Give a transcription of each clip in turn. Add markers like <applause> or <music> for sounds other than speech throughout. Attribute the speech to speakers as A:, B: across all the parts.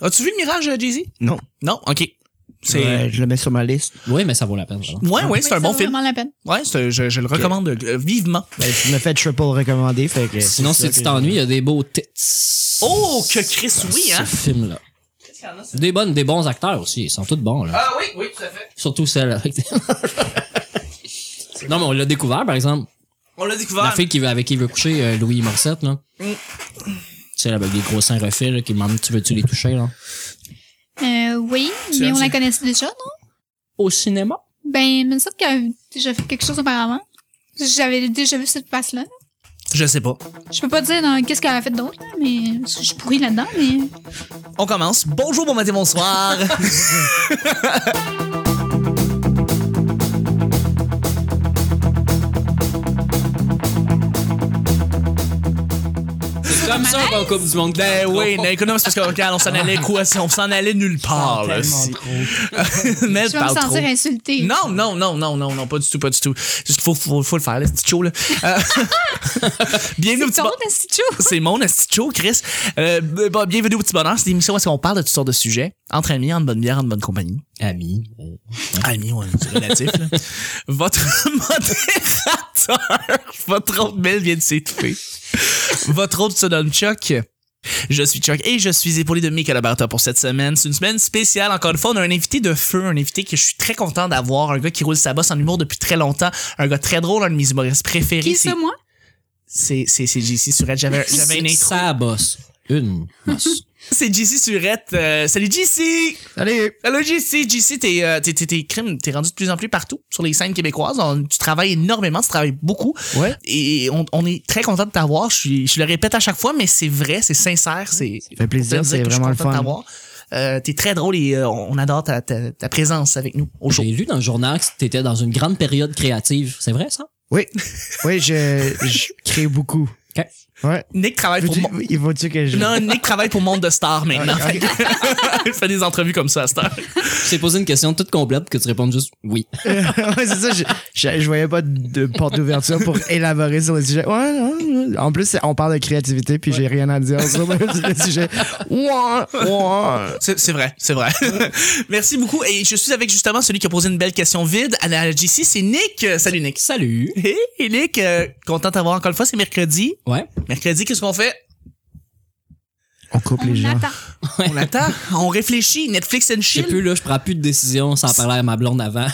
A: As-tu vu le mirage, euh, Jay-Z?
B: Non.
A: Non, ok. C'est.
B: Ouais, je le mets sur ma liste.
C: Oui, mais ça vaut la peine. vraiment.
A: Ouais, ouais, c'est un bon film.
D: vraiment la peine.
A: Ouais, c'est- je, je le recommande euh, vivement.
B: Ben, tu me fais triple recommandé. Fait que
C: Sinon,
B: c'est
C: si
B: ça
C: tu
B: que-
C: t'ennuies, il y a des beaux tits.
A: Oh, que Chris, oui, hein?
C: Ce film-là. Des bonnes, des bons acteurs aussi. Ils sont tous bons, là.
A: Ah oui, oui, tout à fait.
C: Surtout celle
A: <laughs>
C: avec Non, mais on l'a découvert, par exemple.
A: On l'a
C: La
A: découvert.
C: fille qui veut, avec qui il veut coucher, euh, Louis Morissette, là. Celle avec des gros seins refaits, là, qui demande, tu veux-tu les toucher, là?
D: Euh, oui,
A: Tu
D: mais
A: aimes
D: on
A: ça?
D: la connaissait déjà, non?
C: Au cinéma?
D: Ben, il me semble qu'elle avait déjà fait quelque chose auparavant. J'avais déjà vu cette face-là.
A: Je sais pas.
D: Je peux pas dire dans qu'est-ce qu'elle a fait d'autre, là, mais parce que je suis pourrie là-dedans, mais
A: On commence. Bonjour, bon matin, bonsoir.
C: C'est comme ça qu'on coupe du monde.
A: <laughs> ben oui, mais écoute, non, c'est parce qu'on regarde, on s'en allait quoi? si On s'en allait nulle part, là. si- <laughs> mais
D: je vais me
A: parle
D: sentir
A: trop.
D: insultée.
A: Non, non, non, non, non, non, pas du tout, pas du tout. Juste, faut, faut, faut le faire, le petit show,
D: <laughs>
A: là. <laughs> Euh, bienvenue au petit
D: Ton
A: bon-
D: esti de chou.
A: <laughs> C'est mon esti de show, Chris. Euh, b- bon, bienvenue au petit bonheur. C'est l'émission où est-ce qu'on parle de toutes sortes de sujets. Entre amis, en bonne bière, en bonne compagnie.
C: Ami. euh,
A: Amis, ouais, c'est relatif, là. Votre modérateur, votre autre belle vient de s'étouffer. Votre autre se nomme Chuck. Je suis Chuck et je suis épaulé de mes collaborateurs pour cette semaine. C'est une semaine spéciale. Encore une fois, on a un invité de feu, un invité que je suis très content d'avoir, un gars qui roule sa bosse en humour depuis très longtemps, un gars très drôle, un de mes humoristes préférés.
D: Qui
A: C'est-
D: ça, moi?
A: C'est c'est- c'est JC Surette.
C: <laughs>
A: J'avais j'avais une
C: c'est
A: intro.
C: Ça bosse. Une bosse.
A: C'est JC Surette. Euh, salut JC!
B: Salut!
A: Allô, JC, JC, t'es, euh, t'es, t'es, t'es, crime, t'es rendu de plus en plus partout sur les scènes québécoises. On- tu travailles énormément, tu travailles beaucoup.
B: Ouais.
A: Et on, on est très content de t'avoir. Je, suis- je le répète à chaque fois, mais c'est vrai, c'est sincère. C'est,
B: Ça fait
A: je veux
B: plaisir,
A: dire
B: c'est
A: que je suis
B: vraiment le
A: content de
B: fun.
A: t'avoir. Euh, t'es très drôle et euh, on adore ta, ta, ta présence avec nous au show.
C: J'ai lu dans le journal que t'étais dans une grande période créative. C'est vrai, ça?
B: Oui, oui, je, je crée beaucoup.
C: OK.
B: Ouais.
A: Nick travaille pour
B: Veux-tu-
A: mon...
B: Il faut-tu que je.
A: Non, Nick travaille pour Monde de Stars maintenant.
B: Ok.
A: <laughs> Il fait des entrevues comme ça à cette heure.
C: Je t'ai posé une question toute complète que tu répondes juste oui.
B: <laughs> ouais, c'est ça, je, je, je voyais pas de porte d'ouverture pour <laughs> élaborer sur le sujet. Ouais, ouais, ouais. En plus, on parle de créativité, puis j'ai rien à dire sur le sur le sujet. Ouais, ouais.
A: C'est c'est vrai, c'est
C: <laughs>
A: vrai. Merci beaucoup. Et je suis avec justement celui qui a posé une belle question vide à la JC, c'est Nick. Euh, Salut Nick.
C: Salut.
A: Hé, hey, Nick, euh, content de t'avoir encore une fois, c'est mercredi.
C: Ouais.
A: Mercredi, qu'est-ce qu'on fait?
B: On coupe les
D: On
B: gens.
D: attend.
A: On attend, on réfléchit, Netflix and
C: Je sais
A: chill.
C: plus, là, je prends plus de décision sans parler à ma blonde avant.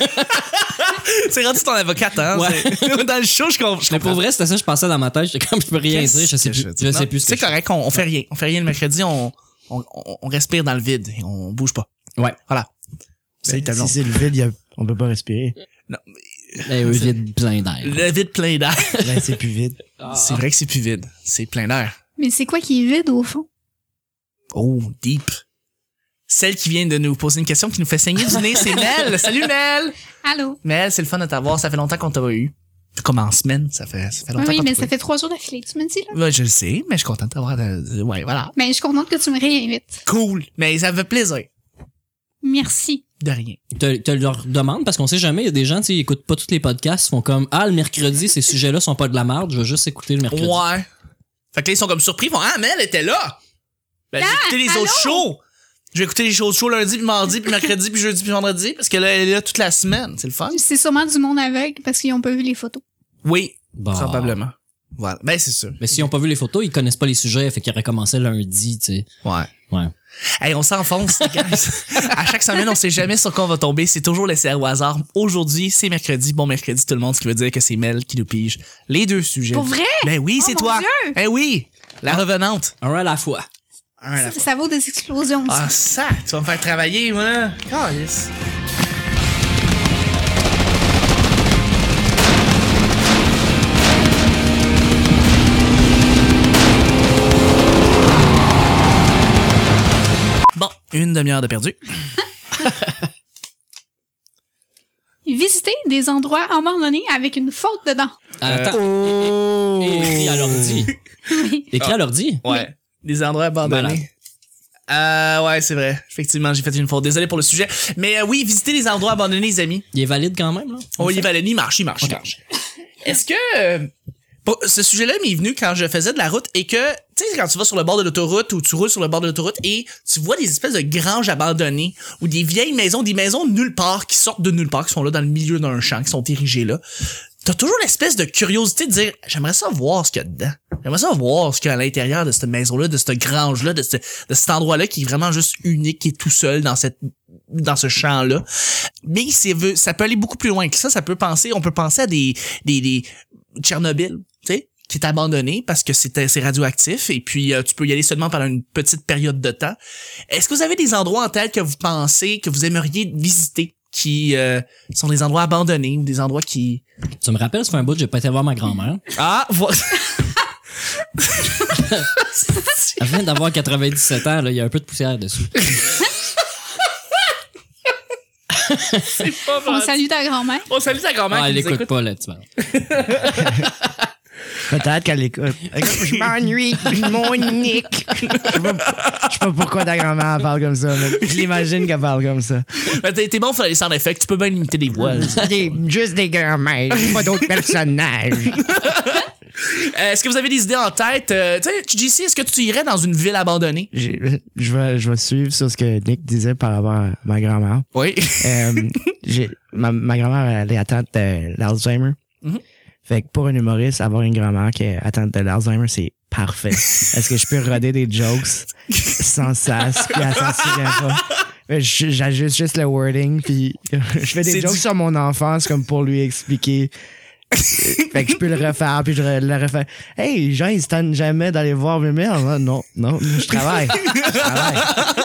A: <laughs> C'est rendu ton avocate, hein?
C: Ouais.
A: c'est- <laughs> Dans le show, je comprends.
C: Mais pour vrai, c'était ça, je pensais dans ma tête. J'étais comme, je peux rien
A: Qu'est-ce
C: dire. Je sais
B: que
C: plus.
B: je
C: Je sais plus ce que
A: C'est
C: je
A: correct, on, on fait rien. On fait rien le mercredi, on, on, on- on respire dans le vide et on bouge pas.
C: Ouais. Ben,
A: Voilà. C'est
B: Si
A: le tableau.
B: c'est le vide, il y a- on peut pas respirer.
C: fais. Eh, oui, vide plein d'air.
A: Le vide plein d'air.
B: Là, c'est plus vide.
C: Ah.
A: C'est vrai que c'est plus vide. C'est plein d'air.
D: Mais c'est quoi qui est vide au fond?
A: Oh, deep. Celle qui vient de nous poser une question qui nous fait saigner du nez, c'est <laughs> Mel. Salut Mel!
D: Allô?
A: Mel, c'est le fun de t'avoir. Ça fait longtemps qu'on t'a pas eu. Comme en semaine, ça fait, ça fait
D: Oui,
A: longtemps
D: oui,
A: qu'on
D: mais
A: t'a
D: ça
A: pas
D: fait trois jours d'affilée, que tu me dis, là.
A: eu. Ouais, je le sais, mais je suis content de t'avoir. de- de- Ouais, voilà.
D: Ben, je suis contente que tu me réinvites.
A: Cool. Mais ça me fait plaisir.
D: Merci.
A: De rien.
C: Te, te leur demande parce qu'on sait jamais, il y a des gens, tu sais, ils écoutent pas tous les podcasts, ils font comme, ah, le mercredi, ces sujets-là sont pas de la merde, je veux juste écouter le mercredi.
A: Ouais. Fait que là, ils sont comme surpris. Ils font Ah, Mel elle était là. Ben,
D: Ah,
A: j'ai écouté les autres shows. J'ai écouté les autres shows lundi, puis mardi, puis mercredi, puis jeudi, puis vendredi, parce que là, elle est là toute la semaine. C'est le fun.
D: C'est sûrement du monde aveugle parce qu'ils ont pas vu les photos.
A: Oui,
C: Bon.
A: probablement. Voilà. Ben, c'est sûr.
C: Mais s'ils ont pas vu les photos, ils connaissent pas les sujets, fait qu'ils auraient commencé lundi, tu sais.
A: Ouais.
C: Ouais.
A: Hey, on s'enfonce, les gars. à chaque semaine, on sait jamais sur quoi on va tomber. C'est toujours laissé au hasard. Aujourd'hui, c'est mercredi. Bon mercredi, tout le monde. Ce qui veut dire que c'est Mel qui nous pige les deux sujets.
D: Pour vrai?
A: Ben oui,
D: Oh,
A: c'est
D: mon
A: toi.
D: Dieu!
A: Ben oui, la revenante.
C: Ah. Un à la fois.
D: Ça, ça vaut des explosions.
A: Ah, ça, tu vas me faire travailler, moi. là. Calisse. Bon, une demi-heure de perdu.
D: Visiter des endroits abandonnés avec une faute dedans.
C: Attends,
B: Oh!
C: écrit à l'ordi.
D: Oui.
C: Écrit à l'ordi.
A: Ouais. Des endroits abandonnés. Euh, ouais, c'est vrai. Effectivement, j'ai fait une faute. Désolé pour le sujet. Mais euh, oui, visiter les endroits abandonnés, les amis.
C: Il est valide quand même, là.
A: Oh, il va le nid, marche, il marche, il
C: Ok.
A: marche. Est-ce que. euh, Bon, ce sujet-là m'est venu quand je faisais de la route et que, tu sais, quand tu vas sur le bord de l'autoroute ou tu roules sur le bord de l'autoroute et tu vois des espèces de granges abandonnées ou des vieilles maisons, des maisons de nulle part qui sortent de nulle part, qui sont là dans le milieu d'un champ, qui sont érigées là. T'as toujours l'espèce de curiosité de dire, j'aimerais ça voir ce qu'il y a dedans. J'aimerais ça voir ce qu'il y a à l'intérieur de cette maison-là, de cette grange-là, de, ce- de cet endroit-là qui est vraiment juste unique, qui est tout seul dans cette dans ce champ-là. Mais c'est, ve- ça peut aller beaucoup plus loin que ça. Ça peut penser, on peut penser à des, des, des Tchernobyl, tu sais, qui est abandonné parce que c'était, c'est radioactif et puis euh, tu peux y aller seulement pendant une petite période de temps. Est-ce que vous avez des endroits en tête que vous pensez, que vous aimeriez visiter, qui euh, sont des endroits abandonnés ou des endroits qui...
C: Tu me rappelles, ça fait un bout, j'ai pas été voir ma grand-mère.
A: Ah, <laughs> voilà.
C: Elle vient d'avoir 97 ans, là, il y a un peu de poussière dessus.
D: On salue ta grand-mère.
A: On salue ta grand-mère qui
C: Ah, elle
A: nous
C: écoute
A: écoute.
C: pas, la petite madame.
B: Peut-être qu'elle écoute. <laughs> Je m'ennuie, Monique. <laughs> Je sais pas- je sais pas pourquoi ta grand-mère parle comme ça, mais je l'imagine qu'elle parle comme ça.
A: Ben, T'es t'es bon pour les sound effects, tu peux bien limiter les voix. <laughs> là.
B: Des- juste des grand-mères, pas d'autres personnages.
A: Euh, Est-ce que vous avez des idées en tête? Euh, tu sais, JC, est-ce que tu irais dans une ville abandonnée?
B: J'ai- <laughs> Je vais, je vais suivre sur ce que Nick disait par rapport à ma grand-mère.
A: Oui.
B: Euh, j'ai- ma, ma grand-mère, elle est atteinte de l'Alzheimer.
A: Mhm.
B: Fait que pour un humoriste, avoir une grand-mère qui est atteinte de l'Alzheimer, c'est
A: <laughs>
B: parfait. Est-ce que je peux roder des jokes sans sas, puis elle s'en souvient pas? Mais je- J'ajuste juste le wording, puis <laughs> je fais
A: C'est
B: des jokes
A: du-
B: sur mon enfance comme pour lui
A: <laughs>
B: expliquer. fait que je peux le refaire, puis je re- le refais. Hey, Jean, ils se tannent jamais d'aller voir mes mères. Non, non, non,
A: <laughs>
B: je travaille. Je travaille.
A: <laughs>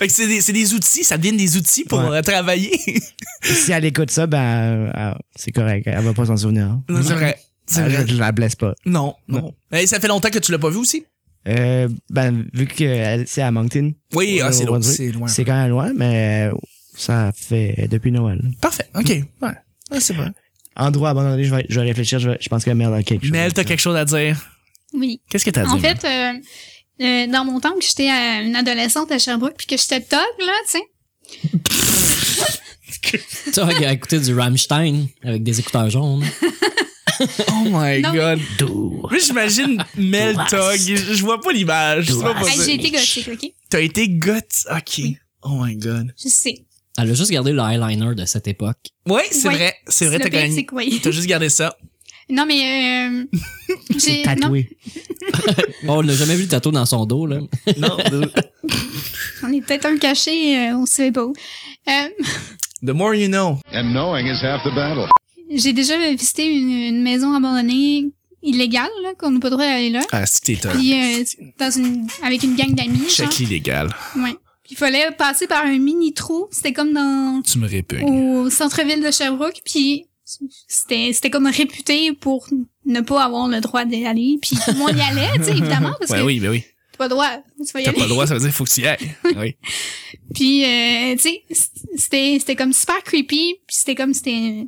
A: Fait que c'est des, c'est des outils, ça devient des outils pour
B: Ouais.
A: euh, travailler.
B: si elle écoute ça, ben, euh, euh, c'est correct. Elle va pas s'en souvenir.
A: Non, c'est vrai. <laughs> C'est
B: Euh,
A: vrai.
B: Je, je la blesse pas.
A: Non, non. Et ça fait longtemps que tu l'as pas vu aussi?
B: Euh, ben, vu que elle- c'est à Moncton,
A: Oui,
B: Ouais,
A: ah, c'est
B: au
A: loin.
B: Brunswick.
A: C'est loin.
B: c'est quand même loin, mais euh, ça fait depuis Noël.
A: Parfait. OK. Ouais. Ouais, c'est vrai.
B: Endroit abandonné, je vais, je vais réfléchir. Je, vais- je pense que merde a quelque chose.
A: Mel, t'as quelque chose à dire?
D: Oui.
A: Qu'est-ce que t'as à dire?
D: En fait, euh, euh, dans mon temps que j'étais euh, une adolescente à Sherbrooke puis que j'étais top, là, tu sais,
C: Tu vois, elle a écouté du Rammstein avec des écouteurs jaunes.
A: Oh my
D: Non, mais-
A: god.
B: Doux.
A: Moi, j'imagine Mel
C: Blast.
A: Tog. Je je vois pas l'image. Je sais pas
B: Blast.
A: pour
D: hey,
A: ça.
D: j'ai été gothique, OK?
A: T'as été goth. OK. Oh my god.
D: Je sais.
C: Elle a juste gardé le eyeliner de cette époque.
A: Oui, c'est
D: Ouais.
A: vrai. C'est vrai,
D: Le
A: t'as gagné.
D: basic, oui.
A: T'as juste gardé ça.
D: Non, mais... Euh, j'ai- non,
B: Tatoué.
C: Oh, on n'a jamais vu le tatou dans son dos, là.
A: <laughs> Non. de-
D: on est peut-être un cachet, euh, on sait pas où. Euh,
A: The more you know.
E: And knowing is half the battle.
D: J'ai déjà visité une, une maison abandonnée illégale, là, qu'on n'a pas le droit d'aller là.
A: Ah, c'est que t'es Tog.
D: Puis, euh, dans une, avec une gang d'amis. genre.
A: Check illégal.
D: Ouais. Puis, il fallait passer par un mini trou. C'était comme dans,
A: Tu me répugnes.
D: au centre-ville de Sherbrooke. Puis, c'était, c'était comme réputé pour ne pas avoir le droit d'y aller. Puis, tout le monde y allait, tu sais, évidemment,
A: <laughs>
D: parce
A: Ouais,
D: que
A: oui, ben oui.
D: t'as pas le droit. Tu vas y
A: T'as
D: aller.
A: pas le droit, ça veut dire faut que tu y ailles. Oui.
D: Puis, euh, tu sais, c'était, c'était comme super creepy. Puis c'était comme, c'était,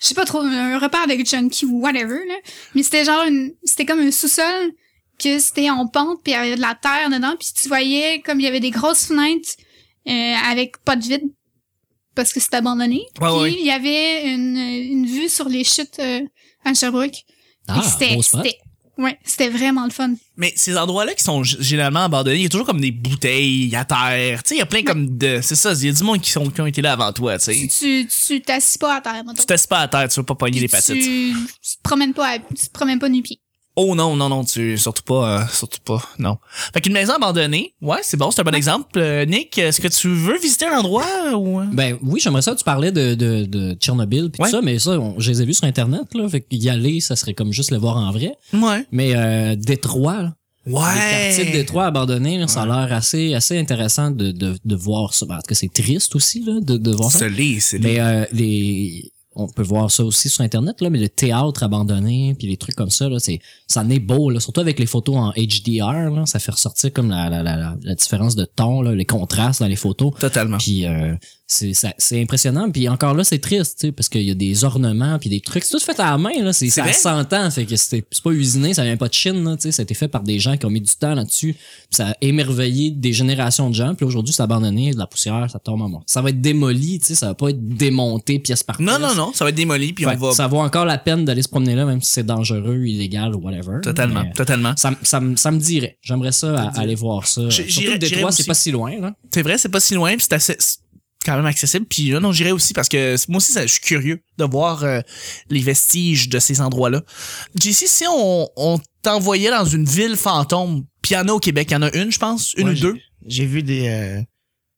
D: je sais pas trop, un repas avec junkie ou whatever, là. Mais c'était genre une, c'était comme un sous-sol que c'était en pente puis il y avait de la terre dedans. Puis tu voyais comme il y avait des grosses fenêtres, euh, avec pas de vide parce que c'était abandonné.
A: Ouais,
D: puis
A: ouais.
D: il y avait une, une vue sur les chutes, euh, à Sherbrooke.
C: Ah,
D: Puis c'était,
C: beau spot.
D: c'était, ouais, c'était vraiment le fun.
A: Mais ces endroits-là qui sont g- généralement abandonnés, il y a toujours comme des bouteilles à terre. Tu sais, il y a plein comme de. C'est ça, il y a du monde qui, sont, qui ont été là avant toi, tu sais.
D: Tu, tu t'assis pas à terre, mettons.
A: Tu t'assis pas à terre, tu veux pas pogner les
D: Tu,
A: patites.
D: tu te promènes pas, à- tu te promènes pas nu pied.
A: Oh non, non, non, tu. Surtout pas, euh, surtout pas, non. Fait qu'une maison abandonnée, ouais, c'est bon, c'est un bon exemple. Euh, Nick, est-ce que tu veux visiter un endroit euh, ou.
C: Ben oui, j'aimerais ça. Tu parlais de, de, de Tchernobyl puis
A: Ouais.
C: tout ça, mais ça, on- je les ai vus sur Internet, là. Fait qu'y aller, ça serait comme juste le voir en vrai.
A: Ouais.
C: Mais euh, Détroit, là, les quartiers de
A: Ouais.
C: Détroit abandonnés, là, ça a l'air assez, assez intéressant de, de, de voir ça. Ben, En tout cas, c'est triste aussi, là, de, de voir ça.
A: lit, c'est
C: Mais euh, les on peut voir ça aussi sur internet là mais le théâtre abandonné puis les trucs comme ça là c'est ça en est beau là surtout avec les photos en HDR là ça fait ressortir comme la la, la, la- la différence de ton là les contrastes dans les photos
A: Totalement.
C: puis euh, c'est ça- c'est impressionnant puis encore là c'est triste tu sais, parce qu'il y a des ornements puis des trucs c'est tout fait à la main là c'est
A: C'est
C: ça
A: vrai?
C: s'entend fait que c'était- c'est pas usiné ça vient pas de Chine là, tu sais, ça a été fait par des gens qui ont mis du temps là-dessus puis ça a émerveillé des générations de gens puis aujourd'hui c'est abandonné de la poussière ça tombe en mort ça va être démoli tu sais ça va pas être démonté pièce par pièce
A: Non, non, non, ça va être démoli, puis
C: Fait
A: on
C: que
A: va.
C: ça vaut encore la peine d'aller se promener là même si c'est dangereux illégal ou whatever
A: Totalement,
C: Mais
A: totalement.
C: ça, me- ça, me- ça me dirait j'aimerais ça à-
A: dirait.
C: aller voir ça
A: J'ai-
C: surtout
A: j'irais-
C: le
A: j'irais
C: Détroit c'est
A: aussi.
C: pas si loin là
A: C'est vrai, c'est pas si loin, puis c'est assez- c'est quand même accessible. Puis là, non, j'irai aussi parce que moi aussi, ça, je suis curieux de voir euh, les vestiges de ces endroits-là. JC, si on, on t'envoyait dans une ville fantôme, puis il y en a au Québec, il y en a une, je pense, une
B: Ouais,
A: ou deux.
B: J'ai vu des, euh,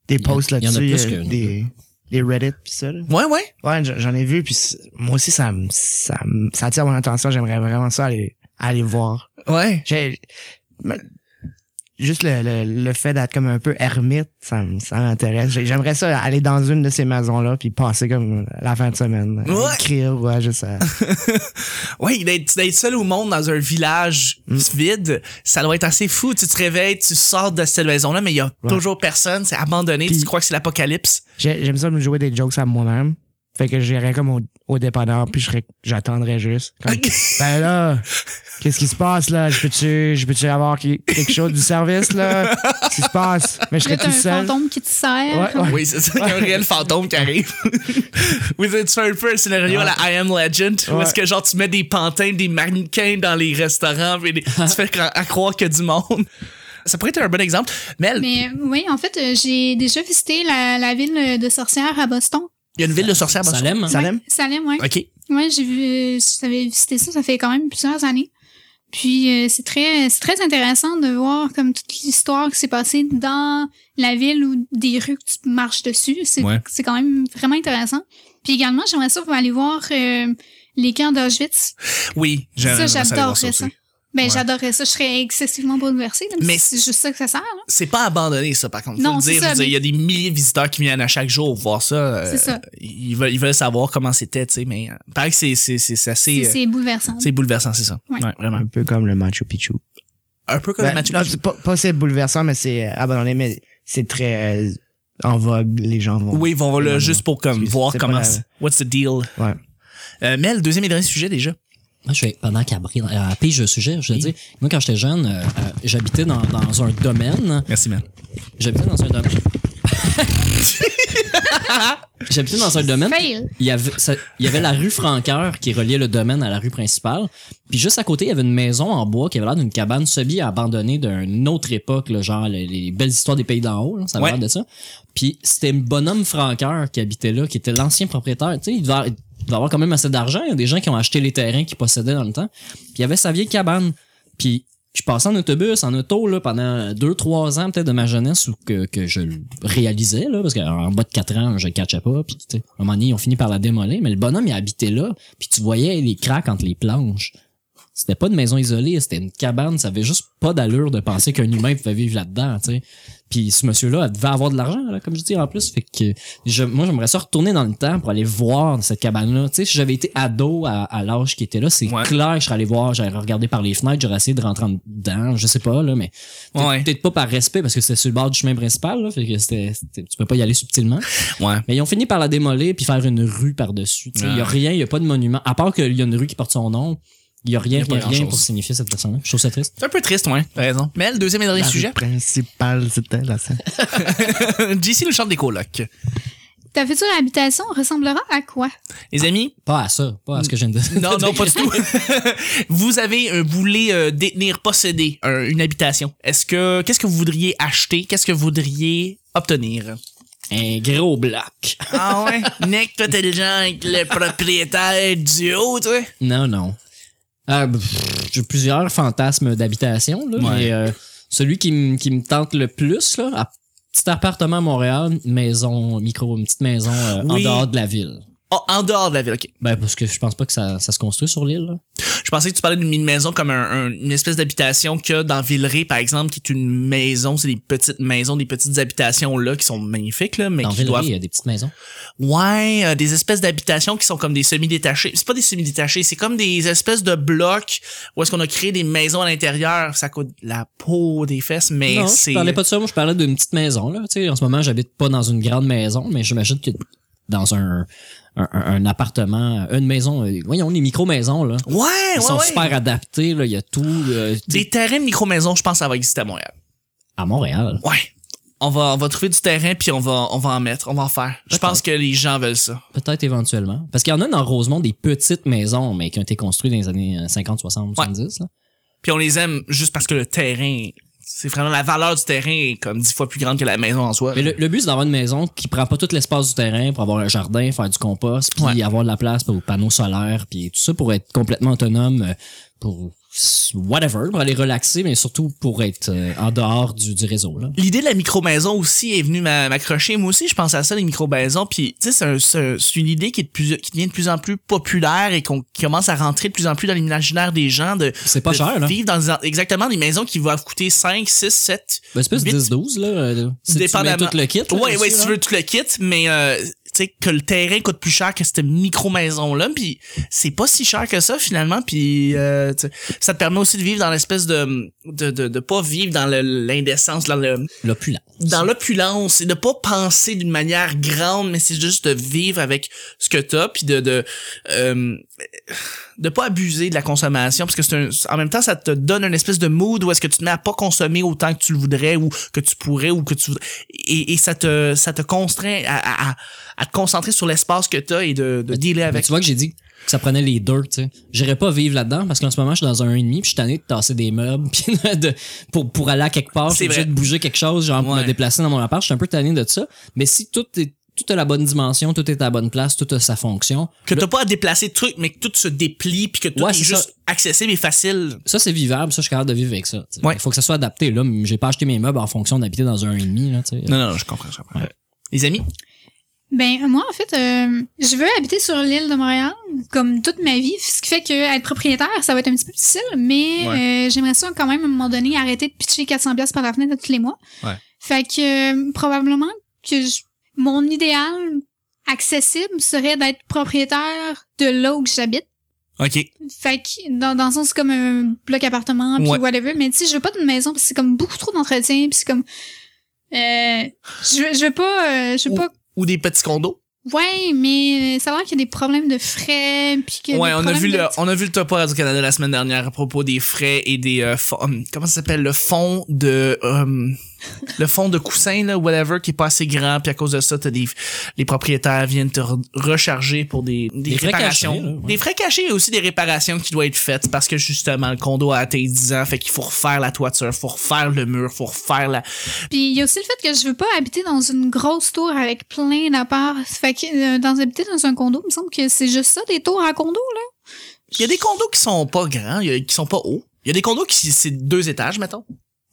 B: des
C: y en-
B: posts
C: il y en a
B: là-dessus,
C: plus
B: euh,
C: qu'une.
B: des, des Reddit pis ça. Là.
A: Ouais, ouais.
B: Ouais, j- j'en ai vu puis c- moi aussi ça me- ça me- ça attire mon attention, j'aimerais vraiment ça aller aller voir.
A: Ouais.
B: J'ai mais- juste le, le, le fait d'être comme un peu ermite, ça me- ça m'intéresse. J'ai- J'aimerais ça aller dans une de ces maisons là puis passer comme la fin de semaine, euh,
A: Ouais.
B: écrire ouais, juste à-
A: Ouais, d'être d'être seul au monde dans un village
B: Mm.
A: vide, ça doit être assez fou. Tu te réveilles, tu sors de cette maison-là, mais il y a
B: Ouais.
A: toujours personne, c'est abandonné,
B: Puis-
A: tu crois que c'est l'apocalypse.
B: J'ai- J'aime ça me jouer des jokes à moi-même. Fait que j'irais comme au, au dépanneur, puis je serais- j'attendrais juste. Comme,
A: Ok.
B: ben là, qu'est-ce qui se passe là? Je peux-tu je peux avoir qui- quelque chose du service là? Qu'est-ce qui se passe? Mais je serais
D: Là, t'as
B: tout
D: un
B: seul.
D: fantôme hein? qui te sert.
B: Ouais, ouais.
A: Oui, c'est ça, il y a un réel fantôme qui arrive. <laughs> oui, tu fais un peu un scénario à la I Am Legend, où
B: Ouais.
A: est-ce que genre tu mets des pantins, des mannequins dans les restaurants, puis <laughs> des- tu fais cro- à croire qu'il y a du monde. <laughs> Ça pourrait être un bon exemple. Mel,
D: Mais euh, oui, en fait, euh, j'ai déjà visité la, la ville euh, de sorcières à Boston.
A: il y a une ville de sorcières à Boston.
C: Salem hein.
B: Ça l'aime?
D: Salem, ouais.
A: OK.
D: Ouais, j'ai vu, euh, j'avais visité ça, ça fait quand même plusieurs années. Puis euh, c'est très, c'est très intéressant de voir comme toute l'histoire qui s'est passée dans la ville ou des rues que tu marches dessus. C'est,
A: Ouais.
D: c'est quand même vraiment intéressant. Puis également, j'aimerais ça vous aller voir euh, les camps d'Auschwitz.
A: Oui, j'ai- j'aimerais
D: Ça,
A: aller voir
D: j'adorerais ça.
A: aussi.
D: Ben,
A: Ouais.
D: j'adorerais ça. Je serais excessivement bouleversée. là,
A: Mais
D: Mais c'est juste ça que ça sert. là.
A: C'est pas abandonné, ça, par contre. Faut
D: Non,
A: le
D: c'est
A: dire.
D: ça,
A: Je veux dire,
D: mais-
A: Il y a des milliers de visiteurs qui viennent à chaque jour voir ça. euh,
D: C'est ça.
A: Ils veulent, ils veulent savoir comment c'était, tu sais, mais euh, pareil que c'est, c'est, c'est, c'est assez.
D: C'est,
A: euh,
D: c'est bouleversant.
A: C'est bouleversant, c'est ça.
D: Ouais.
A: vraiment.
B: Un peu comme le Machu Picchu.
A: Un peu comme
B: Ben,
A: Mathieu.
B: non, c'est pas, pas c'est bouleversant, mais c'est euh, abandonné, mais c'est très euh, en vogue. Les gens vont.
A: Oui, ils vont là
B: Ouais,
A: juste pour comme
B: c'est-
A: voir
B: c'est
A: comment.
B: pas la-
A: c'est- What's the deal?
B: Ouais.
A: Euh, Mel, deuxième et dernier sujet déjà.
C: Moi, je vais, pendant qu'Abril euh, pige le sujet, je veux dire, moi, quand j'étais jeune, euh, euh, j'habitais dans, dans un domaine.
A: Merci, Mel.
C: J'habitais dans un domaine. <laughs> j'habitais dans un domaine.
D: Fail.
C: Il y, avait, ça- il y avait la rue Franqueur qui reliait le domaine à la rue principale. Puis juste à côté, il y avait une maison en bois qui avait l'air d'une cabane semi abandonnée d'une autre époque, là, genre les, les belles histoires des pays d'en haut, là, ça avait
A: Ouais.
C: l'air de ça. Puis c'était un bonhomme Franqueur qui habitait là, qui était l'ancien propriétaire. Tu sais, il devait, il devait avoir quand même assez d'argent. Il y a des gens qui ont acheté les terrains qu'il possédait dans le temps. Puis il y avait sa vieille cabane. Puis je passais en autobus, en auto, là, pendant deux, trois ans peut-être de ma jeunesse où que, que je le réalisais, là, parce qu'en bas de quatre ans, je le catchais pas. Puis, tu sais, à un moment donné, ils ont fini par la démolir, mais le bonhomme, il habitait là, puis tu voyais les cracks entre les planches. C'était pas une maison isolée, c'était une cabane, ça avait juste pas d'allure de penser qu'un humain pouvait vivre là-dedans, tu sais. Puis ce monsieur-là elle devait avoir de l'argent, là, comme je dis en plus. Fait que je, moi, j'aimerais ça retourner dans le temps pour aller voir cette cabane-là. Tu sais, si j'avais été ado à, à l'âge qui était là, c'est
A: Ouais.
C: clair que je serais allé voir, j'aurais regardé par les fenêtres, j'aurais essayé de rentrer en dedans, je sais pas, là, mais peut-être
A: Ouais.
C: peut-être pas par respect parce que c'était sur le bord du chemin principal, là, fait que c'était, c'était- tu peux pas y aller subtilement.
A: Ouais.
C: Mais ils ont fini par la démolir puis faire une rue par-dessus. tu sais. Il y a
A: Ah.
C: rien, il y a pas de monument. À part qu'il y a une rue qui porte son nom, il y a rien,
A: Il y a
C: il
A: pas
C: y a rien
A: grand-chose.
C: pour signifier cette personne-là. Je trouve ça triste.
A: C'est un peu triste, ouais. T'as raison. Mel, deuxième et dernier
B: La rue
A: sujet. <laughs>
B: principale, c'était la scène.
A: JC nous chante des colocs.
D: Ta future habitation ressemblera à quoi?
A: Les <laughs> amis,
C: Pas à ça, pas à ce que je viens
A: <laughs>
C: de dire.
A: non, non, pas du tout. <laughs> vous avez, euh, vous voulez euh, détenir, posséder un- une habitation. Est-ce que, qu'est-ce que vous voudriez acheter? Qu'est-ce que vous voudriez obtenir?
C: Un gros bloc.
A: Ah ouais? <laughs> Nick, toi, t'es le genre avec le propriétaire du haut, tu sais?
C: <laughs> Non, non. Ah, pff, J'ai plusieurs fantasmes d'habitation, là,
A: Ouais.
C: mais euh, celui qui, me- qui me tente le plus, là, à- petit appartement à Montréal, maison, micro, une petite maison euh, en
A: Oui.
C: dehors de la ville.
A: Oh, en dehors de la ville, ok.
C: Ben, parce que je pense pas que ça, ça se construit sur l'île. là.
A: Je pensais que tu parlais d'une mini-maison comme un- un- une espèce d'habitation que dans Villeray, par exemple, qui est une maison, c'est des petites maisons, des petites habitations là qui sont magnifiques, là, mais
C: Dans
A: qui
C: Villeray, hein.
A: doivent.
C: il y a des petites maisons.
A: Ouais, euh, des espèces d'habitations qui sont comme des semi-détachés. C'est pas des semi-détachés, c'est comme des espèces de blocs où est-ce qu'on a créé des maisons à l'intérieur. Ça coûte la peau des fesses, mais
C: non,
A: c'est.
C: je parlais pas de ça. Moi, je parlais d'une petite maison. Là. Tu sais, En ce moment, j'habite pas dans une grande maison, mais j'imagine que dans un, un, un appartement, une maison, euh, voyons, les micro-maisons, là.
A: Ouais,
C: Ils
A: ouais,
C: sont
A: ouais.
C: super adaptés, là. Il y a tout. euh, tu sais,
A: Des terrains de micro-maisons, je pense que ça va exister à Montréal.
C: À Montréal.
A: Ouais. On va, on va trouver du terrain puis on va, on va en mettre, on va en faire. Je pense que les gens veulent ça.
C: Peut-être éventuellement. Parce qu'il y en a dans Rosemont des petites maisons, mais qui ont été construites dans les années euh, 50, 60, 70. là.
A: Puis on les aime juste parce que le terrain, c'est vraiment la valeur du terrain est comme dix fois plus grande que la maison en soi.
C: Mais le, le but, c'est d'avoir une maison qui prend pas tout l'espace du terrain pour avoir un jardin, faire du compost, puis
A: Ouais.
C: avoir de la place pour les panneaux solaires, puis tout ça pour être complètement autonome, euh, pour whatever, pour aller relaxer, mais surtout pour être euh, en dehors du, du réseau. Là.
A: L'idée de la micro-maison aussi est venue m'a- m'accrocher. Moi aussi, je pense à ça, les micro-maisons. Puis, tu sais, c'est un- c'est un- c'est une idée qui, est de plus, qui devient de plus en plus populaire et qu'on qui commence à rentrer de plus en plus dans l'imaginaire des gens de,
C: C'est pas
A: de
C: cher, là.
A: vivre dans des- exactement des maisons qui vont coûter 5, 6, 7.
C: Ben, c'est plus
A: Huit.
C: 10-12, là. euh, Si tu mets
A: Dépendamment.
C: tout le kit. là, hein.
A: Ouais,
C: aussi,
A: ouais, si
C: là.
A: tu veux tout le kit, mais euh, tu sais que le terrain coûte plus cher que cette micro-maison-là, puis c'est pas si cher que ça finalement, puis euh, tu sais, ça te permet aussi de vivre dans l'espèce de, de, de, de pas vivre dans le- l'indécence, dans le
C: L'opulence.
A: dans l'opulence et de pas penser d'une manière grande mais c'est juste de vivre avec ce que t'as puis de de euh, de pas abuser de la consommation parce que c'est un en même temps ça te donne une espèce de mood où est-ce que tu te mets à pas consommer autant que tu le voudrais ou que tu pourrais ou que tu voudrais. et, et ça te ça te contraint à, à, à- à te concentrer sur l'espace que t'as et de, de dealer
C: Mais
A: avec
C: tu vois que j'ai dit que ça prenait les deux, tu sais. J'irais pas vivre là-dedans parce qu'en ce moment, je suis dans un 1,5 puis je suis tanné de tasser des meubles <laughs> puis de, de- pour, pour aller à quelque part, je
A: C'est
C: suis obligé
A: vrai.
C: de bouger quelque chose, genre pour
A: Ouais.
C: me déplacer dans mon appart. Je suis un peu tanné de ça. Mais si tout est, tout a la bonne dimension, tout est à la bonne place, tout a sa fonction,
A: que t'as pas à déplacer de trucs mais que tout se déplie puis que tout
C: Ouais,
A: est
C: c'est
A: juste
C: ça.
A: accessible et facile
C: ça, c'est vivable. Ça, je suis capable de vivre avec ça. Il
A: Ouais.
C: faut que ça soit adapté, là. J'ai pas acheté mes meubles en fonction d'habiter dans un 1,5, là, tu sais.
A: non non, non, je comprends, je comprends. les amis
D: Ben, moi, en fait, euh, je veux habiter sur l'île de Montréal, comme toute ma vie, ce qui fait que être propriétaire, ça va être un petit peu difficile, mais euh, j'aimerais ça quand même, à un moment donné, arrêter de pitcher 400 pièces par la fenêtre tous les mois.
A: Ouais.
D: Fait que, euh, probablement que je- mon idéal accessible serait d'être propriétaire de là où que j'habite.
A: ok
D: Fait que, dans, dans le sens, c'est comme un bloc appartement, puis
A: Ouais.
D: whatever. Mais tu sais, je veux pas d'une maison, parce que c'est comme beaucoup trop d'entretien, puis c'est comme... Euh, je, veux- je veux pas... euh, je veux
A: Ou-
D: pas
A: ou des petits condos
D: Ouais, mais savoir qu'il y a des problèmes de frais, puis que.
A: Ouais,
D: des
A: on a
D: problèmes
A: vu
D: de-
A: le, on a vu le topo Radio Canada la semaine dernière à propos des frais et des euh, fo- hum, comment ça s'appelle le fond de hum, le fond de coussin là whatever qui est pas assez grand puis à cause de ça t'as des les propriétaires viennent te re- recharger pour des des,
C: Des frais
A: réparations,
C: cachés, là, ouais.
A: des frais cachés et aussi des réparations qui doivent être faites parce que justement le condo a atteint 10 ans fait qu'il faut refaire la toiture, faut refaire le mur, faut refaire la
D: Puis il y a aussi le fait que je veux pas habiter dans une grosse tour avec plein d'apparts. Fait que euh, dans habiter dans un condo, il me semble que c'est juste ça, des tours à condo, là.
A: Il y a des condos qui sont pas grands, il y a- qui sont pas hauts. Il y a des condos qui c'est deux étages mettons.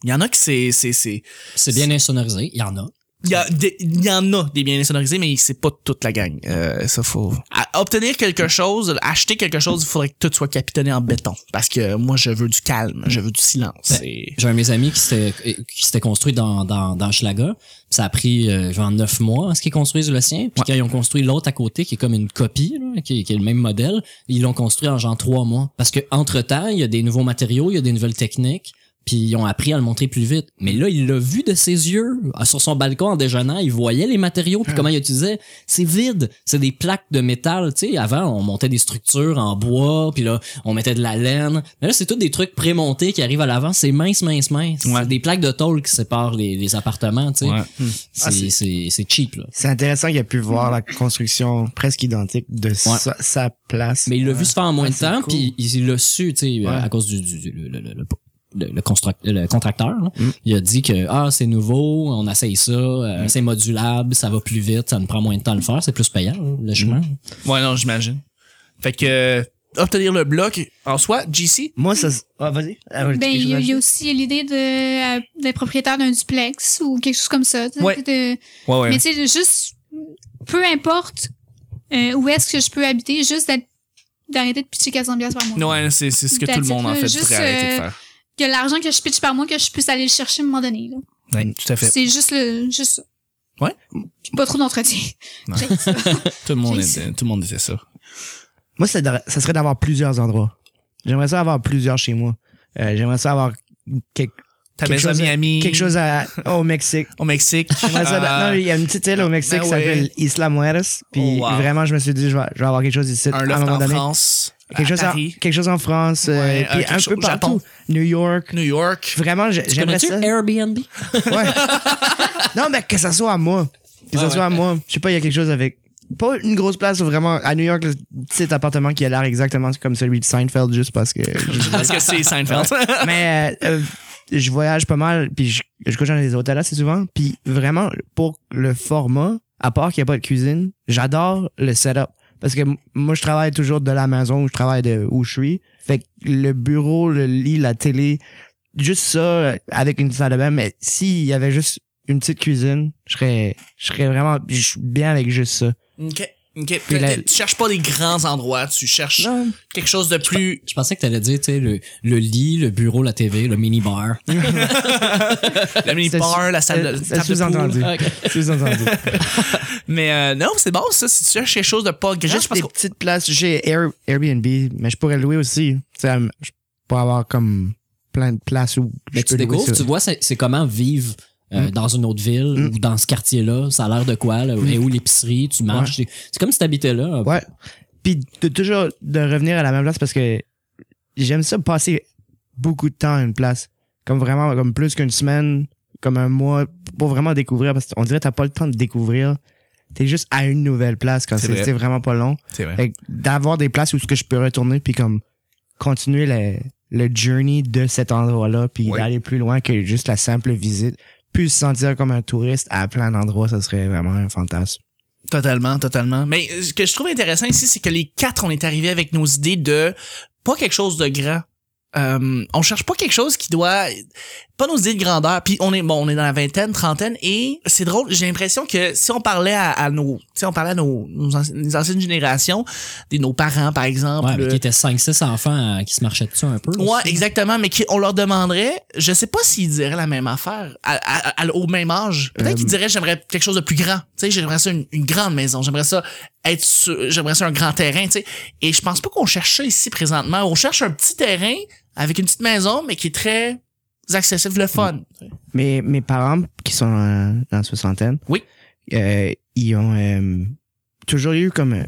A: Il y en a qui c'est c'est c'est
C: C'est bien insonorisé. Il y en a.
A: Il y, a des- il y en a des biens sonorisés, mais c'est pas toute la gang. Euh, ça faut. À obtenir quelque chose, acheter quelque chose, il faudrait que tout soit capitonné en béton. Parce que moi, je veux du calme, je veux du silence.
C: Ben,
A: Et-
C: J'ai un de mes amis qui s'était qui s'était construit dans dans dans Schlaga. Ça a pris euh, genre neuf mois à ce qu'ils construisent le sien. Puis quand ils ont construit l'autre à côté, qui est comme une copie, là, qui, est- qui est le même modèle, ils l'ont construit en genre trois mois. Parce que entre temps, il y a des nouveaux matériaux, il y a des nouvelles techniques. Puis ils ont appris à le montrer plus vite. Mais là, il l'a vu de ses yeux euh, sur son balcon en déjeunant. Il voyait les matériaux puis comment il utilisait. C'est vide. C'est des plaques de métal. Tu sais, avant, on montait des structures en bois. Puis là, on mettait de la laine. Mais là, c'est tout des trucs prémontés qui arrivent à l'avant. C'est mince, mince, mince.
A: Ouais.
C: C'est des plaques de tôle qui séparent les, les appartements. Tu sais,
A: Ah,
C: Hmm. c'est
A: c'est-
C: c'est c'est cheap là.
B: C'est intéressant qu'il a pu voir la construction presque identique de sa, sa place.
C: Mais il l'a vu se faire en moins
B: Ah,
C: de
B: c'est
C: temps,
B: cool.
C: puis il il l'a su, tu sais,
B: Ouais.
C: à cause du, du- du- le, le- le- le- le construct- le contracteur. là.
B: Mm.
C: Il a dit que ah c'est nouveau, on essaye ça, euh, c'est modulable, ça va plus vite, ça nous prend moins de temps de le faire, c'est plus payant hein, le chemin.
A: Ouais, non, j'imagine. Fait que euh, obtenir le bloc en soi, GC.
B: Moi, ça. s- Ah, vas-y. Ah, ouais,
D: ben,
B: quelque
D: il
B: chose
D: y,
B: à
D: a- il y
B: ajouter?
D: a aussi l'idée de, euh, d'être propriétaire d'un duplex ou quelque chose comme ça. tu sais,
A: Ouais.
D: de-
A: Ouais,
D: Mais tu sais, juste, peu importe euh, où est-ce que je peux habiter, juste d'être- d'arrêter de pitcher 400 piastres par mois.
A: Ouais, hein, c'est c'est ce que tout le monde en fait
D: Juste,
A: devrait arrêter de
D: euh,
A: faire.
D: Que l'argent que je pitche par mois, que je puisse aller le chercher à un moment donné. là.
A: Ouais, tout à fait.
D: C'est juste le, juste ça.
A: Ouais.
D: Puis pas trop d'entretien.
A: Non.
D: J'ai
A: <laughs>
D: ça.
A: Tout le monde,
D: j'ai ça.
A: était- tout le monde était ça.
B: Moi, ça, devrait- ça serait d'avoir plusieurs endroits. J'aimerais ça avoir plusieurs chez moi. Euh, J'aimerais ça avoir quelque,
A: Ta
B: Quelque
A: maison à
B: chose à-
A: Miami,
B: quelque chose à, au Mexique.
A: au
B: <laughs>
A: Mexique.
B: J'aimerais Ah, ça d'a-
A: euh,
B: non, il y a une petite île au Mexique
A: ben
B: qui
A: ouais.
B: s'appelle Isla Mujeres. Puis
A: Oh, wow.
B: vraiment, je me suis dit, je vais, je vais avoir quelque chose ici à
A: un
B: un
A: loft
B: moment
A: en
B: donné.
A: France,
B: quelque,
A: à
B: chose en,
A: Paris,
B: quelque chose en France, euh,
A: Ouais, euh,
B: puis
A: quelque
B: un
A: chose
B: peu
A: au Japon.
B: partout. New York.
A: New
B: <laughs>
A: York.
B: Vraiment, j'ai- j'aimerais
C: Connais-tu
B: ça.
C: Airbnb?
B: Ouais. <laughs> non, mais que ça soit à moi. Que ça
C: Ouais,
B: soit à moi. Je sais pas, il y a quelque chose avec. Pas une grosse place, vraiment. À New York, le petit appartement qui a l'air exactement comme celui de Seinfeld, juste parce
A: <laughs>
B: que.
A: Parce que c'est Seinfeld.
B: <laughs> mais euh, euh, je voyage pas mal, puis je, je couche dans des hôtels assez souvent. Puis vraiment, pour le format, à part qu'il n'y a pas de cuisine, j'adore le setup. Parce que m- moi, je travaille toujours de la maison où je travaille de où je suis. Fait que le bureau, le lit, la télé, juste ça euh, avec une salle de bain. Mais s'il y avait juste une petite cuisine, je serais, je serais vraiment je suis bien avec juste ça.
A: OK. OK.
B: Puis la-
A: Tu cherches pas des grands endroits, tu cherches
B: Non.
A: quelque chose de plus.
C: Je pensais que t'allais dire, tu sais, le, le lit, le bureau, la TV, le mini-bar.
A: La mini bar, la salle de,
B: C'est
A: table de
C: <laughs>
A: pool.
B: sous-entendu. Sous-entendu.
A: Mais euh, non, c'est bon ça. Si tu cherches quelque chose de pas juste
B: Juste
A: parce
B: des
A: que
B: petites places. J'ai Air- Airbnb, mais je pourrais louer aussi. Tu sais, euh, je pourrais avoir comme plein de places où je peux
C: Mais Ben, tu
B: louer
C: découvres,
B: ça.
C: tu vois, c'est c'est comment vivre euh, dans une autre ville
B: Mm.
C: ou dans ce quartier-là. Ça a l'air de quoi, là? Et où l'épicerie, tu marches. t'es- C'est comme si t'habitais là.
B: Ouais. Puis de toujours de revenir à la même place parce que j'aime ça passer beaucoup de temps à une place. Comme vraiment, comme plus qu'une semaine, comme un mois, pour vraiment découvrir. Parce qu'on dirait que t'as pas le temps de découvrir. T'es juste à une nouvelle place quand
A: C'est
B: c'est
A: vrai.
B: c'est vraiment pas long.
A: c'est vrai.
B: Fait que d'avoir des places où ce que je peux retourner puis comme continuer le, le journey de cet endroit-là puis
A: Oui.
B: d'aller plus loin que juste la simple visite, puis se sentir comme un touriste à plein d'endroits, ça serait vraiment un fantasme.
A: Totalement, totalement. Mais euh, ce que je trouve intéressant ici, c'est que les quatre, on est arrivés avec nos idées de pas quelque chose de grand. Euh, on cherche pas quelque chose qui doit pas nos idées de grandeur. Puis on est bon, on est dans la vingtaine, trentaine et c'est drôle. J'ai l'impression que si on parlait à, à nos, si on parlait à nos, nos anci- les anciennes générations, des nos parents par exemple.
C: Ouais, mais
A: euh,
C: qui étaient 5-6 enfants euh, qui se marchaient dessus un peu.
A: Ouais,
C: aussi.
A: exactement, mais qui- on leur demanderait, je sais pas s'ils diraient la même affaire à- à- à- au même âge. Peut-être
B: Euh,
A: qu'ils diraient j'aimerais quelque chose de plus grand. Tu sais, j'aimerais ça une, une grande maison, j'aimerais ça être sur- j'aimerais ça un grand terrain, tu sais. Et je pense pas qu'on cherche ça ici présentement, on cherche un petit terrain avec une petite maison mais qui est très accessible le fun.
B: Mes, mes parents qui sont euh, dans la soixantaine,
A: Oui.
B: euh, ils ont euh, toujours eu comme euh,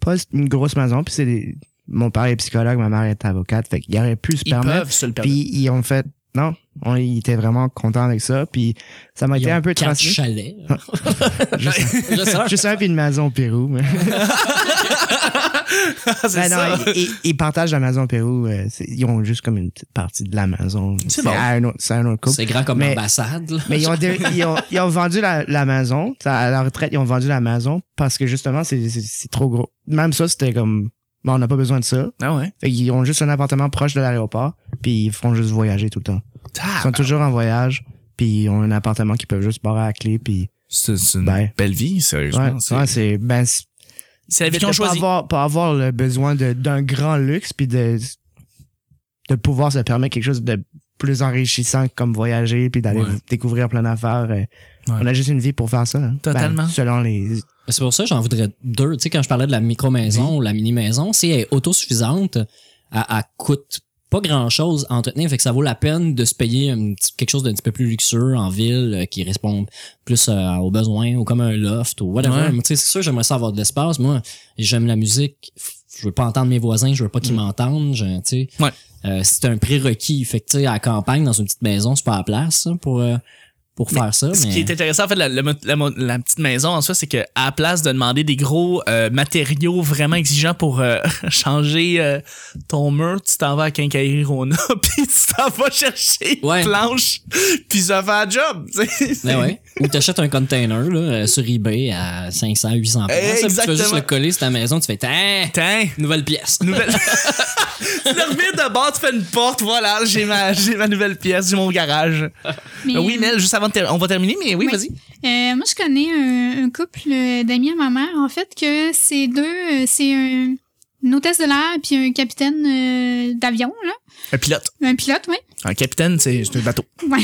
B: pas une grosse maison, puis c'est des- mon père est psychologue, ma mère est avocate, fait qu'ils auraient pu se
A: Ils
B: permettre.
A: peuvent se le permettre.
B: Puis ils ont fait non, on, ils étaient vraiment contents avec ça, puis ça m'a
C: Ils
B: été
C: ont
B: un peu
C: quatre
B: transmis.
C: chalets.
B: <laughs>
A: <laughs>
B: Juste-
C: Je sais.
B: Juste un puis une maison au Pérou. Mais...
A: Ah, C'est
B: Ben
A: ça.
B: non, ils, ils- ils partagent la maison au Pérou. euh, c'est- ils ont juste comme une petite partie de la maison.
A: C'est bon.
B: à un autre- C'est un autre couple.
C: C'est grand comme
B: Mais-
C: l'ambassade. là.
B: Mais ils ont, dé- ils ont, ils ont vendu la, la maison. Ça, À la retraite, ils ont vendu la maison parce que justement, c'est- c'est c'est trop gros. Même ça, c'était comme... ben, on n'a pas besoin de ça.
A: Ah ouais.
B: Fait qu'ils ont juste un appartement proche de l'aéroport, puis ils font juste voyager tout le temps. Ils
A: Ah,
B: sont
A: ben,
B: toujours en voyage, puis ils ont un appartement qu'ils peuvent juste barrer à la clé, puis...
A: c'est c'est une
B: Ben.
A: belle vie
B: Ouais,
A: sérieusement. c'est
B: ouais, c'est... Ben, c'est-
A: c'est la vie
B: de
A: qu'on
B: pas
A: choisit.
B: avoir, pas avoir le besoin de- d'un grand luxe puis de de pouvoir se permettre quelque chose de plus enrichissant comme voyager puis d'aller
A: Ouais.
B: découvrir plein d'affaires. euh, On a juste une vie pour faire ça. hein.
A: Totalement.
B: Ben, selon les
C: Mais C'est pour ça que j'en voudrais deux. Tu sais, quand je parlais de la micro-maison ou la mini-maison, si elle est autosuffisante, elle, elle coûte pas grand-chose à entretenir. Fait que ça vaut la peine de se payer un petit- quelque chose d'un petit peu plus luxueux en ville euh, qui répond plus euh, aux besoins ou comme un loft ou whatever.
A: Ouais.
C: Mais Tu sais, c'est sûr, j'aimerais ça avoir de l'espace. Moi, j'aime la musique. Je veux pas entendre mes voisins. Je veux pas qu'ils m'entendent. je- Tu sais,
A: Mm. Ouais.
C: Euh, c'est un prérequis. Fait que tu sais, à la campagne, dans une petite maison, c'est pas la place ça, pour... euh, pour faire ça,
A: Ce
C: mais...
A: qui est intéressant, en fait, la, la mo- la mo- la petite maison en soi, c'est que à la place de demander des gros euh, matériaux vraiment exigeants pour euh, <laughs> changer euh, ton mur, tu t'en vas à Quincaillerie <laughs> Rona, puis tu t'en vas chercher une
C: Ouais.
A: planche, puis ça fait un job. tu sais.
C: Mais Eh ouais. Ou t'achètes un container là, euh, sur eBay à 500, 800 pièces.
A: Eh,
C: Tu vas juste
A: exactement.
C: le coller sur ta maison, tu fais Tain,
A: Tiens,
C: nouvelle pièce.
A: nouvelle. <laughs> tu le remets de bord, tu fais une porte, voilà, j'ai ma, j'ai ma nouvelle pièce, j'ai mon garage.
D: Mais,
A: Euh, oui, Mel, juste avant de ter- on va terminer, mais oui,
D: Oui.
A: vas-y.
D: Euh, moi, je connais un, un couple euh, d'amis à ma mère, en fait, que c'est deux, euh, c'est un, une hôtesse de l'air puis un capitaine euh, d'avion, là.
A: Un pilote.
D: Un pilote, oui.
A: Un capitaine, c'est c'est un bateau.
D: Ouais.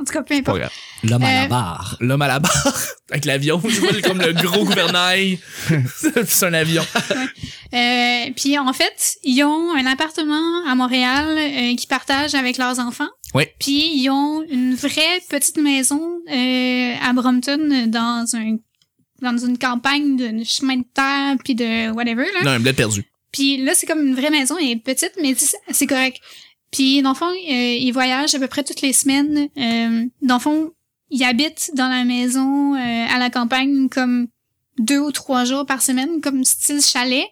D: En tout cas, peu
A: Pas
D: importe.
A: grave.
C: L'homme à la
D: Euh,
C: barre.
A: L'homme à la barre, <laughs> avec l'avion, je vois comme le gros gouvernail. c'est un avion.
D: Euh, puis en fait, ils ont un appartement à Montréal euh, qu'ils partagent avec leurs enfants.
A: Oui.
D: Puis ils ont une vraie petite maison euh, à Brompton euh, dans un dans une campagne de chemin de terre puis de whatever là.
A: Non, un bled perdu.
D: Puis là, c'est comme une vraie maison, elle est petite, mais c'est- c'est correct. Puis dans le fond, euh, ils voyagent à peu près toutes les semaines. Euh, dans le fond, ils habitent dans la maison euh, à la campagne comme deux ou trois jours par semaine, comme style chalet.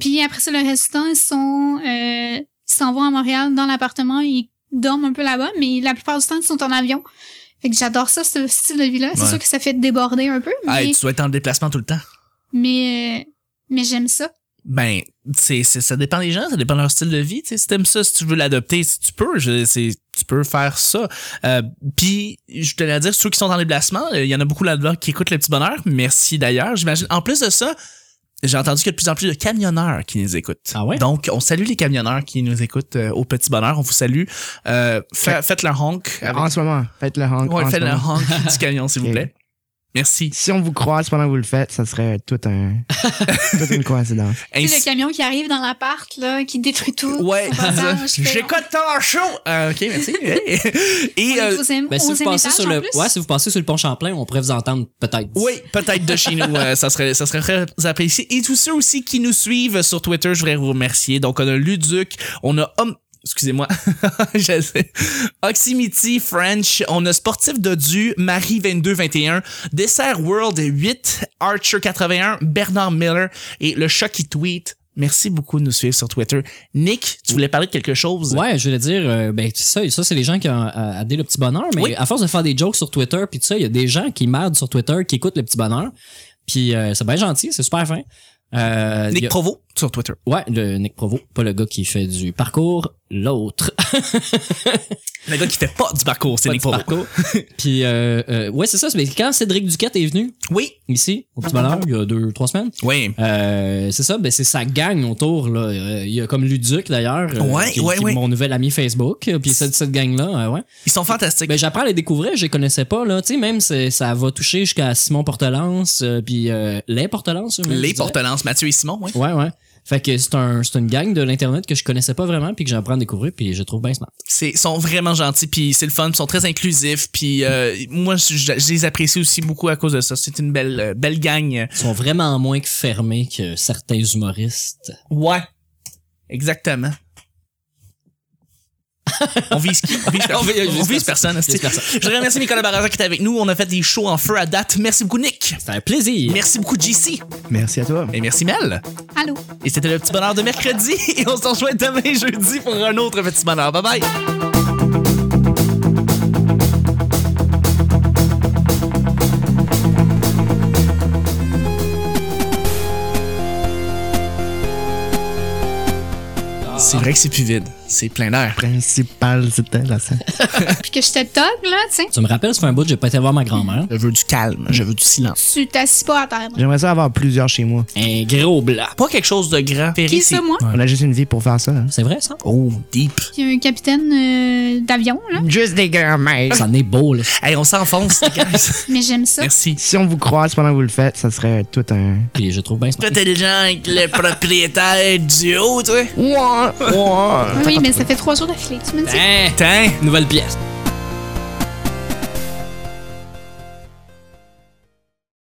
D: Puis après ça, le reste du temps, ils sont, euh, ils s'en vont à Montréal dans l'appartement, ils dorment un peu là-bas, mais la plupart du temps, ils sont en avion. Fait que j'adore ça, ce style de vie-là. C'est
A: Ouais.
D: sûr que ça fait déborder un peu, mais,
A: Hey, tu dois être en déplacement tout le temps.
D: mais, euh, mais j'aime ça.
A: Ben, c'est, c'est- ça dépend des gens, ça dépend de leur style de vie. tu sais. Si t'aimes ça, si tu veux l'adopter, si tu peux, je, c'est, tu peux faire ça. Euh, Puis, je tenais à dire, ceux qui sont en déplacement, euh, il y en a beaucoup là-dedans qui écoutent le petit bonheur. Merci d'ailleurs, j'imagine. En plus de ça, j'ai entendu qu'il y a de plus en plus de camionneurs qui nous écoutent.
C: Ah ouais?
A: Donc, on salue les camionneurs qui nous écoutent euh, au petit bonheur. On vous salue. Euh, fa-
B: Fait-
A: faites leur honk. Avec...
B: En ce moment, faites le honk.
A: Ouais,
B: en ce
A: faites le
B: moment.
A: honk du camion, s'il vous
B: Ok.
A: plaît. Merci.
B: Si on vous croise pendant que vous le faites, ça serait tout
A: <laughs>
B: un, toute une coïncidence.
D: Tu sais,
A: Ainsi-
D: le camion qui arrive dans l'appart, là, qui détruit tout.
A: Ouais, <laughs>
D: au passage, fait,
A: j'écoute ton show. Ah, ok, merci.
D: <laughs>
A: Hey.
D: on
A: Et
D: est
A: euh,
D: au onzième-
C: Ben, si vous
D: onzième
C: passez
D: étage,
C: sur
D: en
C: le,
D: plus.
C: ouais, si vous passez sur le pont Champlain, on pourrait vous entendre peut-être.
A: oui, peut-être de chez nous, euh, ça serait ça serait très apprécié. Et tous ceux aussi qui nous suivent sur Twitter, je voudrais vous remercier. Donc on a Luduc, on a Homme Excusez-moi, <laughs> je sais. Oximity French, on a Sportif Dodu, Marie 2221, Dessert World 8, Archer 81, Bernard Miller et le chat qui tweet. Merci beaucoup de nous suivre sur Twitter. Nick, tu voulais parler de quelque chose?
C: Ouais, je voulais dire, euh, ben, tu sais, ça, c'est les gens qui ont euh, aidé le petit bonheur, mais
A: Oui.
C: à force de faire des jokes sur Twitter, puis tout ça, il y a des gens qui merdent sur Twitter, qui écoutent le petit bonheur, puis euh, c'est bien gentil, c'est super fin. Euh, il y
A: Nick
C: a-
A: Provo sur Twitter.
C: Ouais, le Nick Provo, pas le gars qui fait du parcours, l'autre.
A: Le gars qui fait pas du parcours, c'est
C: Pas
A: Nick
C: du
A: Provo.
C: parcours. <laughs> Puis, euh, euh, ouais, c'est ça. Mais quand Cédric Duquette est venu
A: Oui.
C: ici, au Petit Bonheur, il y a deux, trois semaines,
A: Oui.
C: euh, c'est ça, ben, c'est sa gang autour. Là. Euh, Il y a comme Luduc, d'ailleurs, euh,
A: Ouais,
C: qui,
A: ouais,
C: qui est
A: ouais.
C: mon nouvel ami Facebook. Euh, Puis cette, cette gang-là, euh, ouais.
A: Ils sont fantastiques.
C: Ben, j'apprends à les découvrir, je les connaissais pas, là. Tu sais, même, c'est- ça va toucher jusqu'à Simon Portelance, euh, puis euh, les Portelance. même, je
A: les
C: dirais.
A: portelances, Mathieu et Simon, oui.
C: Ouais, ouais. Fait que c'est un, c'est une gang de l'Internet que je connaissais pas vraiment, puis que j'apprends à découvrir, puis je trouve bien smart.
A: C'est, sont vraiment gentils, puis c'est le fun, ils sont très inclusifs, puis euh, moi, je, je- je les apprécie aussi beaucoup à cause de ça. C'est une belle, euh, belle gang.
C: Ils sont vraiment moins que fermés que certains humoristes.
A: Ouais. Exactement. on vise qui? On vise,
C: On vise-
A: on vise personne.
C: on vise
A: hostie.
C: personne.
A: Je remercie mes collaborateurs qui étaient avec nous. On a fait des shows en feu à date. Merci beaucoup, Nick.
C: C'est un plaisir.
A: Merci beaucoup, JC.
B: Merci à toi.
A: Et merci, Mel.
D: Allô?
A: Et c'était le petit bonheur de mercredi. <laughs> Et on se rejoint demain jeudi pour un autre petit bonheur. Bye bye. C'est vrai que c'est plus vide. C'est plein d'air.
B: Principal, c'était la scène.
D: Puis que j'étais dog, là, tu sais.
C: Tu me rappelles, ça fait un bout, j'ai pas été voir ma grand-mère.
A: Je veux du calme. Je veux du silence.
D: Tu t'assis pas à terre. moi.
B: J'aimerais ça avoir plusieurs chez moi.
C: Un gros blanc.
A: Pas quelque chose de grand.
D: Qui
A: Ferry,
D: ça,
A: c'est-
D: moi?
B: On a juste une vie pour faire ça. hein.
C: C'est vrai, ça?
A: Oh, deep.
D: Puis un capitaine euh, d'avion, là.
B: Juste des grand-mères.
C: Ça en est beau, là.
A: Hey, on s'enfonce, <laughs> les gars.
D: Mais j'aime ça.
A: Merci.
B: Si on vous croise pendant que vous le faites, ça serait tout un.
C: Puis je trouve bien smart.
A: Toi, t'es déjà avec le propriétaire du haut, tu sais.
B: Ouah, ouah.
D: Oui, oui, mais ça fait trois jours d'affilée, tu me dis.
C: Hein?
A: Tiens.
C: Nouvelle pièce.